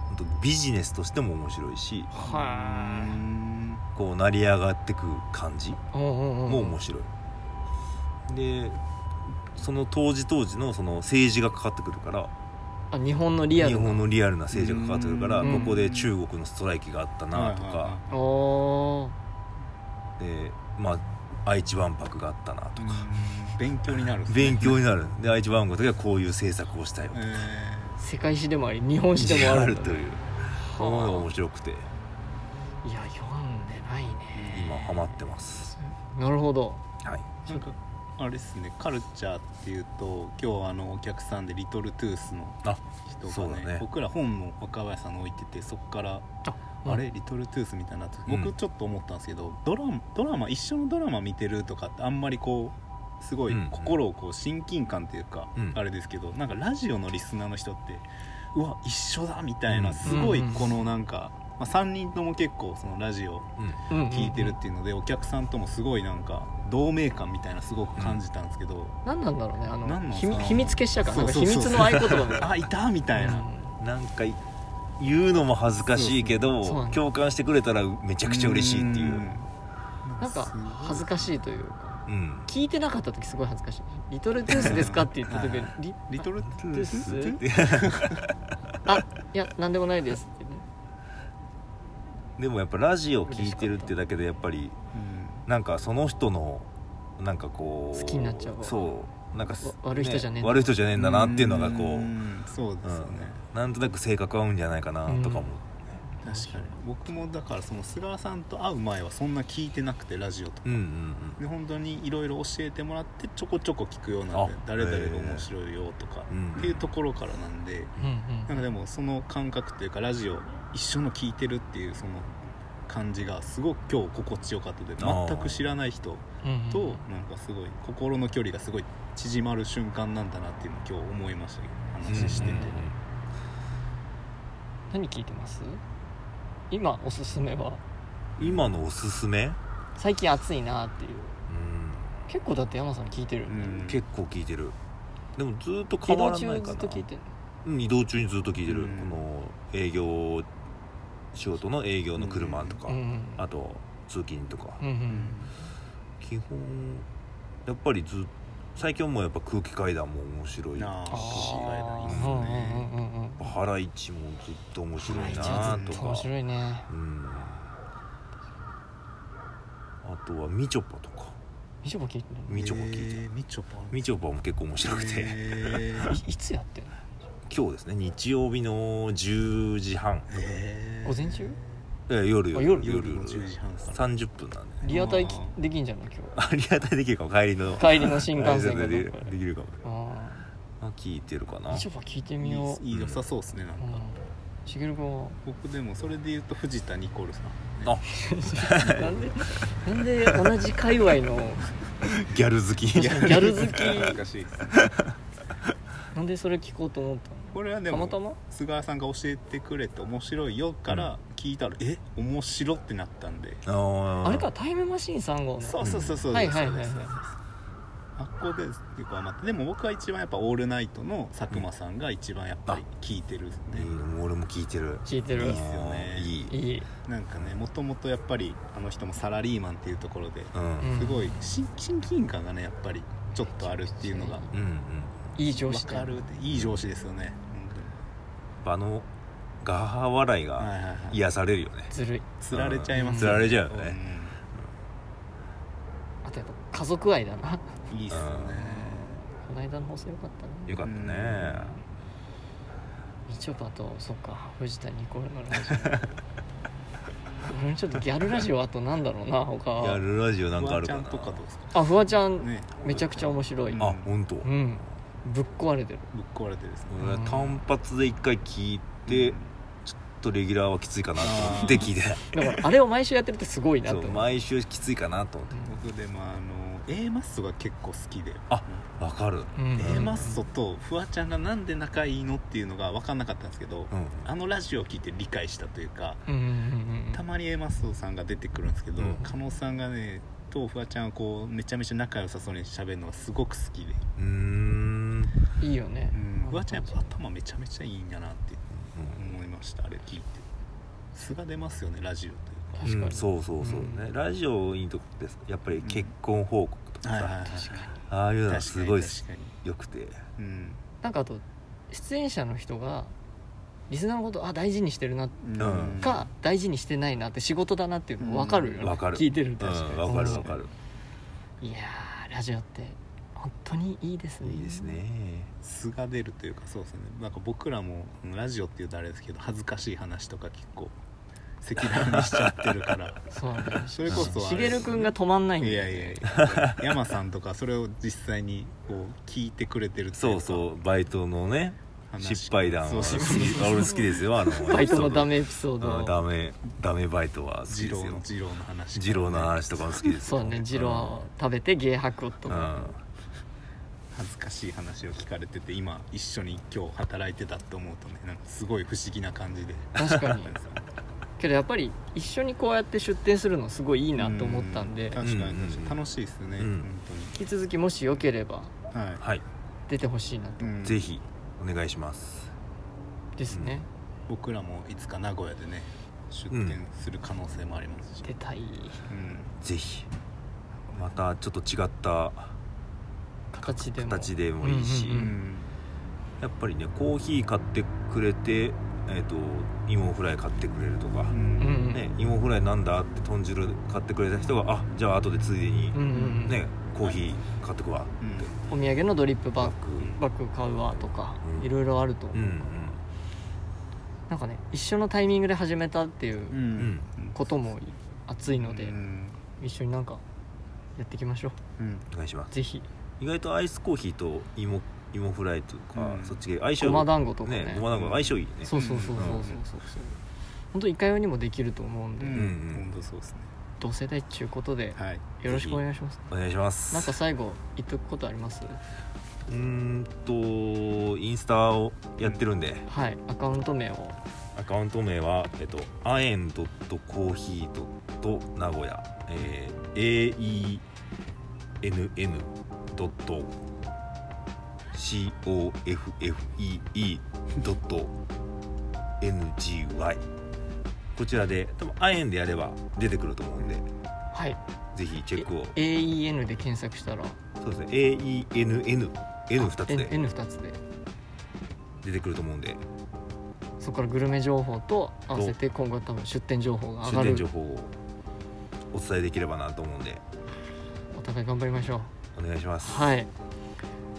Speaker 4: ほんとビジネスとしても面白いし
Speaker 2: は
Speaker 3: うん
Speaker 4: こう成り上がってく感じ
Speaker 2: あも
Speaker 4: も面白い、でその当時当時のその政治がかかってくるから
Speaker 2: あ日本のリア
Speaker 4: 日
Speaker 2: ルな
Speaker 4: 本のリアルな政治がかかってくるから、
Speaker 2: うん
Speaker 4: ここで中国のストライキがあったなとか、
Speaker 2: あー
Speaker 4: でまあ愛知万博があったなと
Speaker 3: とか勉強になるっすね
Speaker 4: 勉強になるで愛知万博ではこういう政策をしたよ、
Speaker 3: え
Speaker 2: 世界史でもあり日本史でもあるんだ
Speaker 4: と
Speaker 2: ね
Speaker 4: いうそういうのが
Speaker 2: は
Speaker 4: 面白くて
Speaker 2: あいや読んでないね
Speaker 4: 今ハマってます、
Speaker 2: なるほど
Speaker 4: はい、
Speaker 3: ーなんかあれですねカルチャーっていうと今日あのお客さんでリトルトゥースの
Speaker 4: あ
Speaker 3: 人
Speaker 4: そう
Speaker 3: が
Speaker 4: だ
Speaker 3: ね
Speaker 4: ね
Speaker 3: 僕ら本も若林さんの置いててそこから
Speaker 2: うん
Speaker 3: あれリトルトゥースみたいになって
Speaker 4: うん
Speaker 3: 僕ちょっと思ったんですけど、ドラマドラマ一緒のドラマ見てるとかってあんまりこうすごい
Speaker 4: うん
Speaker 3: 心をこう親近感というか、
Speaker 4: うん
Speaker 3: あれですけどなんかラジオのリスナーの人ってうわ一緒だみたいな、
Speaker 4: うん
Speaker 3: すごい
Speaker 2: うん
Speaker 3: このなんか、まあ、3人とも結構そのラジオ
Speaker 4: うん
Speaker 2: うんうんうん
Speaker 3: 聞いてるっていうので、お客さんともすごいなんか同盟感みたいなすごく感じたんですけど、
Speaker 2: 何なんだろうねあ
Speaker 3: 何なん
Speaker 2: の
Speaker 3: です
Speaker 2: ひ
Speaker 3: か
Speaker 2: み秘密結社か
Speaker 3: そ
Speaker 2: な
Speaker 3: うん
Speaker 2: か
Speaker 3: そう
Speaker 2: 秘
Speaker 3: そう
Speaker 2: 密の合言葉みたいな
Speaker 3: あいたみたいな、
Speaker 4: なんか言うのも恥ずかしいけ
Speaker 2: そ
Speaker 4: ど、
Speaker 2: うそうなんだ
Speaker 4: 共感してくれたらめちゃくちゃ嬉しいっていう、うん
Speaker 2: なんか恥ず
Speaker 3: か
Speaker 2: かしいというか聞いてなかった時すごい恥ずかしい「リトルトゥースですか?」って言った時に「リ
Speaker 3: リトルトゥース
Speaker 4: すって
Speaker 2: あいや何でもないです」ってね
Speaker 4: でもやっぱラジオ聞いてるってだけでやっぱり
Speaker 3: うん
Speaker 4: なんかその人のなんかこう
Speaker 2: 好きになっちゃう
Speaker 4: そうなんかす、
Speaker 2: わ悪い人じゃねえんだ
Speaker 4: 悪い人じゃねえんだなっていうのがこう、
Speaker 3: んそうですよね、
Speaker 4: なんとなく性格合うんじゃないかなとかも、
Speaker 3: 確かに僕もだからその菅原さんと会う前はそんな聞いてなくてラジオとか
Speaker 4: うん、うん
Speaker 3: で本当にいろいろ教えてもらってちょこちょこ聞くようなんで
Speaker 4: あ
Speaker 3: 誰々が面白いよとか
Speaker 4: うん
Speaker 3: っていうところからなんで
Speaker 2: うん
Speaker 3: なんかでもその感覚というかラジオ一緒の聞いてるっていうその感じがすごく今日心地よかったで
Speaker 4: あー
Speaker 3: 全く知らない人
Speaker 2: うんうん
Speaker 3: となんかすごい心の距離がすごい縮まる瞬間なんだなっていうのを今日思いましたけ
Speaker 4: うん
Speaker 3: ど話してて、
Speaker 4: うん
Speaker 2: 何聞いてます今おすすめは
Speaker 4: うん今のおすすめ、
Speaker 2: 最近暑いなっていう
Speaker 4: う
Speaker 2: 結構だって山さん聞いてる、
Speaker 3: うん
Speaker 4: ん、結構聞いてるでもずっと
Speaker 2: 移
Speaker 4: 変わ
Speaker 2: 動
Speaker 4: らな
Speaker 2: 中
Speaker 4: いか
Speaker 2: ず
Speaker 4: な
Speaker 2: っと聞いてる
Speaker 4: うん移動中にずっと聞いてる、
Speaker 3: うん
Speaker 4: この営業仕事の営業の車とか、
Speaker 2: うんうん
Speaker 4: あと通勤とか、
Speaker 2: うんうん
Speaker 4: 基本やっぱりずっ最近はもうやっぱ空気階段も面白いし
Speaker 3: なあ
Speaker 2: ああ
Speaker 3: いいっす
Speaker 2: うん
Speaker 3: ね
Speaker 2: うんうんうん
Speaker 4: ハライチもずっと面白い
Speaker 2: あ
Speaker 4: な
Speaker 2: ー一応ず
Speaker 4: と
Speaker 2: っと
Speaker 4: か
Speaker 2: 面白いね
Speaker 4: うんあとはみちょぱとか
Speaker 2: みちょぱ聞いてる
Speaker 4: みちょぱ聞いてる
Speaker 3: えーみちょぱ
Speaker 4: みちょぱも結構面白くて
Speaker 3: へー
Speaker 2: いいつやってるの
Speaker 4: 今日ですね日曜日の10時半
Speaker 3: へー
Speaker 2: 午前中
Speaker 4: え夜
Speaker 2: あ
Speaker 4: 夜
Speaker 2: 夜
Speaker 3: 夜の10時半から
Speaker 4: 30分なんでね
Speaker 2: リアタイきできんじゃない今
Speaker 4: ありがたいできるかも帰りの
Speaker 2: 日帰りの新幹線が
Speaker 4: で
Speaker 2: どっ
Speaker 4: で
Speaker 2: か
Speaker 4: で
Speaker 2: で
Speaker 4: きるかも
Speaker 2: あ
Speaker 4: あ聞いてるか
Speaker 2: あ
Speaker 4: な
Speaker 2: みちょぱ聞いてみよう
Speaker 3: いい良さそうですねなんか
Speaker 2: うんしげる君 は
Speaker 3: 僕でもそれで言うと藤田ニコルさん
Speaker 4: あ
Speaker 2: なんでなんで同じ界隈の
Speaker 4: ギャル好き
Speaker 2: ギャル好
Speaker 3: 懐
Speaker 2: き
Speaker 3: かしいっすね
Speaker 2: なんでそれ聞こうと思ったの
Speaker 3: これはで
Speaker 2: たま
Speaker 3: も
Speaker 2: たま
Speaker 3: 菅原さんが教えてくれて面白いよから聞いたらえ面白ってなったんで
Speaker 4: あー
Speaker 2: あれかタイムマシーン3号ね
Speaker 3: そうそうそうそう
Speaker 2: はいはいはいはい
Speaker 3: そうそう発酵で結構余ってでも僕は一番やっぱオールナイトの佐久間さんが一番やっぱり聞いてるんで、
Speaker 4: いいもう俺も聞いてる
Speaker 2: 聞いてる
Speaker 4: いい
Speaker 3: っすよね
Speaker 4: いい、
Speaker 2: いい
Speaker 3: なんかねもともとやっぱりあの人もサラリーマンっていうところで
Speaker 4: うん、うん
Speaker 2: ん
Speaker 3: すごい親親近感がねやっぱりちょっとあるっていうのが
Speaker 4: うん
Speaker 2: いい上
Speaker 3: 分
Speaker 2: 司だ
Speaker 3: か
Speaker 2: よ
Speaker 3: るっていい上司ですよね
Speaker 4: あのガハハ笑い
Speaker 3: 本当にはい
Speaker 4: が
Speaker 3: はいはい
Speaker 4: 癒されるよね、
Speaker 2: ずるい
Speaker 3: つられちゃいます
Speaker 4: つられちゃうよね、
Speaker 2: あとやっぱ家族愛だな
Speaker 3: うんいいっすよね
Speaker 2: この間の放送よかったね
Speaker 4: よかったね、
Speaker 2: みちょぱとそっか藤田ニコルのラジ オ俺ちょっとギャルラジオあとなんだろうな他
Speaker 4: やるラジオなん
Speaker 3: フ
Speaker 4: かあ
Speaker 3: ワ
Speaker 4: る
Speaker 3: ち
Speaker 4: か
Speaker 3: ゃ
Speaker 4: なん
Speaker 3: とかどうですか
Speaker 2: あフワちゃん
Speaker 3: ね
Speaker 2: めちゃくちゃ面白い
Speaker 3: うん
Speaker 2: う
Speaker 4: あ本当、
Speaker 2: んぶっ壊れてる
Speaker 3: ぶっ壊れてるですね
Speaker 4: 俺は単発で一回聞いて、
Speaker 3: うん
Speaker 4: ちょっとレギュラーはきついかなと思って聞いてない
Speaker 2: だからあれを毎週やってるってすごいな
Speaker 4: そ
Speaker 2: と
Speaker 4: う
Speaker 2: 思う
Speaker 4: 毎週きついかなと思って
Speaker 3: 僕でもあの A マッソが結構好きで
Speaker 4: あわかる
Speaker 2: うん
Speaker 3: A マッソとフワちゃんがなんで仲いいのっていうのが分かんなかったんですけど
Speaker 4: うん
Speaker 3: あのラジオを聞いて理解したというか
Speaker 2: うんうんうん
Speaker 3: たまに A マッソさんが出てくるんですけど
Speaker 4: うん
Speaker 3: 加納さんがねとフワちゃんはこうめちゃめちゃ仲良さそうに喋るのがすごく好きで
Speaker 4: うーん
Speaker 2: うんいいよね
Speaker 3: うんフワちゃんやっぱ頭めちゃめちゃいいんだなって思いましたあれ聞いて素が出ますよねラジオというか
Speaker 2: 確かに
Speaker 4: うんそうそうそうね、
Speaker 2: う
Speaker 4: ラジオいいとこってさやっぱり結婚報告とかさ、
Speaker 3: はい
Speaker 2: 確かに
Speaker 4: ああいうのがすごい
Speaker 3: 確かに
Speaker 4: よくて
Speaker 3: うん
Speaker 2: なんかあと出演者の人がリスナーのことあ大事にしてるな
Speaker 4: うん
Speaker 2: か大事にしてないなって仕事だなっていうの分かるよね、
Speaker 4: うん分かる
Speaker 2: 聞いてると、
Speaker 4: わ、うん、わかるわかる
Speaker 2: いやーラジオって本当にいいですね
Speaker 4: いいですね
Speaker 3: 素が出るというかそうですねなんか僕らもうんラジオっていうとあれですけど恥ずかしい話とか結構赤裸々にしちゃってるから
Speaker 2: そうなんだよ
Speaker 3: それこそあ
Speaker 2: し
Speaker 3: れ
Speaker 2: げるくんが止まんないん
Speaker 3: い
Speaker 2: だよ
Speaker 3: や
Speaker 2: ね
Speaker 3: いやいや山さんとかそれを実際にこう聞いてくれてるってい
Speaker 4: そう
Speaker 3: か
Speaker 4: そうバイトのね
Speaker 3: 話
Speaker 4: 失敗談は
Speaker 3: そう
Speaker 4: 好
Speaker 3: そう
Speaker 4: き 俺好きですよあの
Speaker 2: バイトのダ
Speaker 4: メ
Speaker 2: メエピソード、
Speaker 4: ダメダメバイトは好き
Speaker 3: 二
Speaker 4: です
Speaker 3: 郎の
Speaker 4: よ
Speaker 3: 二郎の話
Speaker 4: 二郎の話とかも好きです
Speaker 2: そ
Speaker 4: よ
Speaker 2: うね二郎を食べて芸博と
Speaker 4: うんう
Speaker 2: か、
Speaker 4: ん
Speaker 3: 恥ずかしい話を聞かれてて今一緒に今日働いてたって思うとねなんかすごい不思議な感じで
Speaker 2: 確かに けどやっぱり一緒にこうやって出店するのすごいいいなと思ったん
Speaker 3: う
Speaker 2: で、引
Speaker 3: 確か
Speaker 4: うん
Speaker 3: に
Speaker 4: うん
Speaker 3: 確かに楽しいですね、
Speaker 4: うん
Speaker 2: き続きもしよければ
Speaker 3: 本当にはい、
Speaker 4: はい、
Speaker 2: 出てほしいな
Speaker 3: うん
Speaker 4: ぜひお願いします
Speaker 2: ですね、
Speaker 3: 僕らもいつか名古屋でね出店する可能性もありますし、
Speaker 2: 出たい
Speaker 3: うん
Speaker 4: ぜひまたちょっと違った
Speaker 2: 形でも
Speaker 4: 形でもいいし、
Speaker 2: うんうんうん
Speaker 4: やっぱりねコーヒー買ってくれてえっ、と芋フライ買ってくれるとか、
Speaker 3: うん
Speaker 2: うんうん
Speaker 4: ね、芋フライなんだって豚汁買ってくれた人があじゃあ後でついでに
Speaker 2: うんうんうん
Speaker 4: ね、コーヒー買ってくわ
Speaker 3: うん
Speaker 2: お土産のドリップバッ
Speaker 4: バ
Speaker 2: グバッグ
Speaker 4: ッグ
Speaker 2: 買うわとか、
Speaker 4: うん
Speaker 2: いろいろあると思
Speaker 4: う
Speaker 2: う、
Speaker 4: ん
Speaker 2: なんかね一緒のタイミングで始めたっていううんことも熱いので、
Speaker 3: うん
Speaker 2: 一緒になんかやっていきましょ
Speaker 3: うん
Speaker 4: お願いします
Speaker 2: うぜひ
Speaker 4: 意外とアイスコーヒーと芋芋フライとか、
Speaker 3: うん
Speaker 4: そっち系相性
Speaker 2: ごま団子とかね
Speaker 4: ねごま団子相性いいね
Speaker 2: そうそうそうそうそうそうそう本当いかようにもできると思うん
Speaker 3: う
Speaker 2: で、
Speaker 3: ん
Speaker 4: うん
Speaker 3: 本当そうですね
Speaker 2: 同世代っちゅうことで
Speaker 3: はい
Speaker 2: よろしくお願いします
Speaker 4: お願いします
Speaker 2: なんか最後言っとくことあります
Speaker 4: うーんとインスタをやってるんで
Speaker 2: はいアカウント名を
Speaker 4: アカウント名はえっとアエンドットコーヒードット名古屋えー、AENN ドット COFFEE ドット NGY こちらで多分アエンでやれば出てくると思うんで
Speaker 2: はい
Speaker 4: ぜひチェックを
Speaker 2: AEN で検索したら
Speaker 4: そうですね AENNN2 つで
Speaker 2: N2 つで
Speaker 4: 出てくると思うんで
Speaker 2: そこからグルメ情報と合わせて今後多分出店情報が上
Speaker 4: 出
Speaker 2: が
Speaker 4: 店
Speaker 2: る
Speaker 4: 情報をお伝えできればなと思うんで
Speaker 2: お互い頑張りましょう
Speaker 4: お願いします
Speaker 2: はい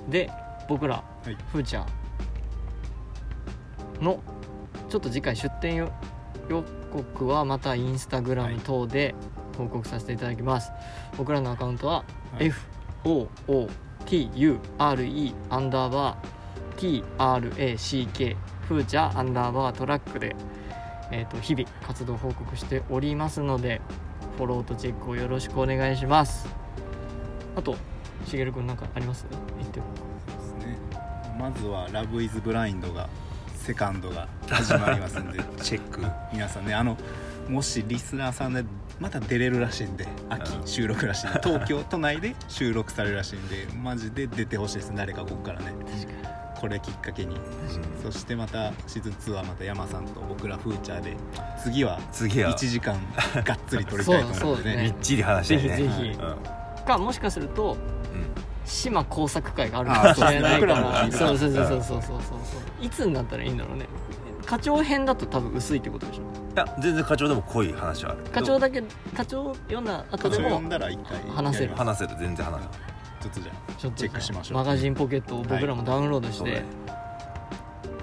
Speaker 2: で僕ら、
Speaker 3: い
Speaker 2: ふーちゃんのちょっと次回出店予予告はまたインスタグラム等で報告させていただきます、僕らのアカウントは、
Speaker 3: はい
Speaker 2: FOOTURE アンダーバー TRACK フーチャーアンダーバートラックで、えー、と日々活動報告しておりますのでフォローとチェックをよろしくお願いしますあとしげるくんなんかあります言っても
Speaker 3: そうですねまずは「ラブイ ズブラインドがセカンドが始まりますんでチェック皆さんねあのもしリスナーさんでまた出れるらしいんで秋
Speaker 4: うん
Speaker 3: 収録らしいんで東京都内で収録されるらしいんでマジで出てほしいです誰かここからね
Speaker 2: 確か
Speaker 3: これきっかけにそしてまたシーズン2はまた山さんと僕らフーチャーで次は
Speaker 4: 次は
Speaker 3: 1時間がっつり撮りたいと思 うので
Speaker 2: そうそうです
Speaker 3: ね
Speaker 4: みっちり話してね
Speaker 2: ぜひ
Speaker 3: ぜひ
Speaker 4: うんうん
Speaker 2: にかもしかすると島工作会がある
Speaker 3: あ
Speaker 2: かも
Speaker 3: そう
Speaker 2: しれない
Speaker 3: そう
Speaker 2: から
Speaker 3: ですね
Speaker 2: そうそうそうそうそうそうそういつになったらいいんだろうね課長編だと多分薄いってことでしょ
Speaker 4: いや全然課長でも濃い話はある
Speaker 2: 課長だけ課長読んだ後
Speaker 3: 課
Speaker 2: で
Speaker 3: 長呼
Speaker 2: も
Speaker 3: んだら一回
Speaker 2: 話せる
Speaker 3: やります
Speaker 4: 話せる全然話せる
Speaker 3: ちょっとじゃあ
Speaker 2: ちょっと
Speaker 3: チェックしましょう
Speaker 2: マガジンポケットを僕らもダウンロードし
Speaker 4: そう
Speaker 2: て、
Speaker 4: だね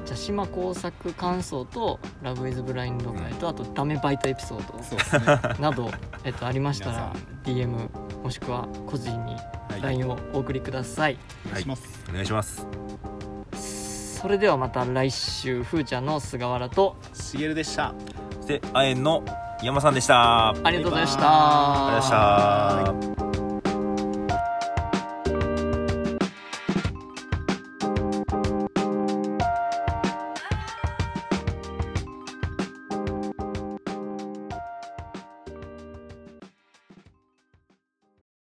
Speaker 2: じゃあ島工作感想と「ラブイズブラインド会と、あとダメバイトエピソード
Speaker 3: そうですね は
Speaker 2: など、えっと、ありましたら
Speaker 3: 皆
Speaker 2: DM もしくは個人に
Speaker 3: い
Speaker 2: LINE をお送りください、
Speaker 3: お願いします
Speaker 4: お願いします
Speaker 2: それではまた来週ふーちゃんの菅原と
Speaker 3: しげるでした
Speaker 4: そして亜鉛の山さんでしたあり
Speaker 2: ありがとうございまし
Speaker 3: バイバ
Speaker 2: た
Speaker 4: がとうございました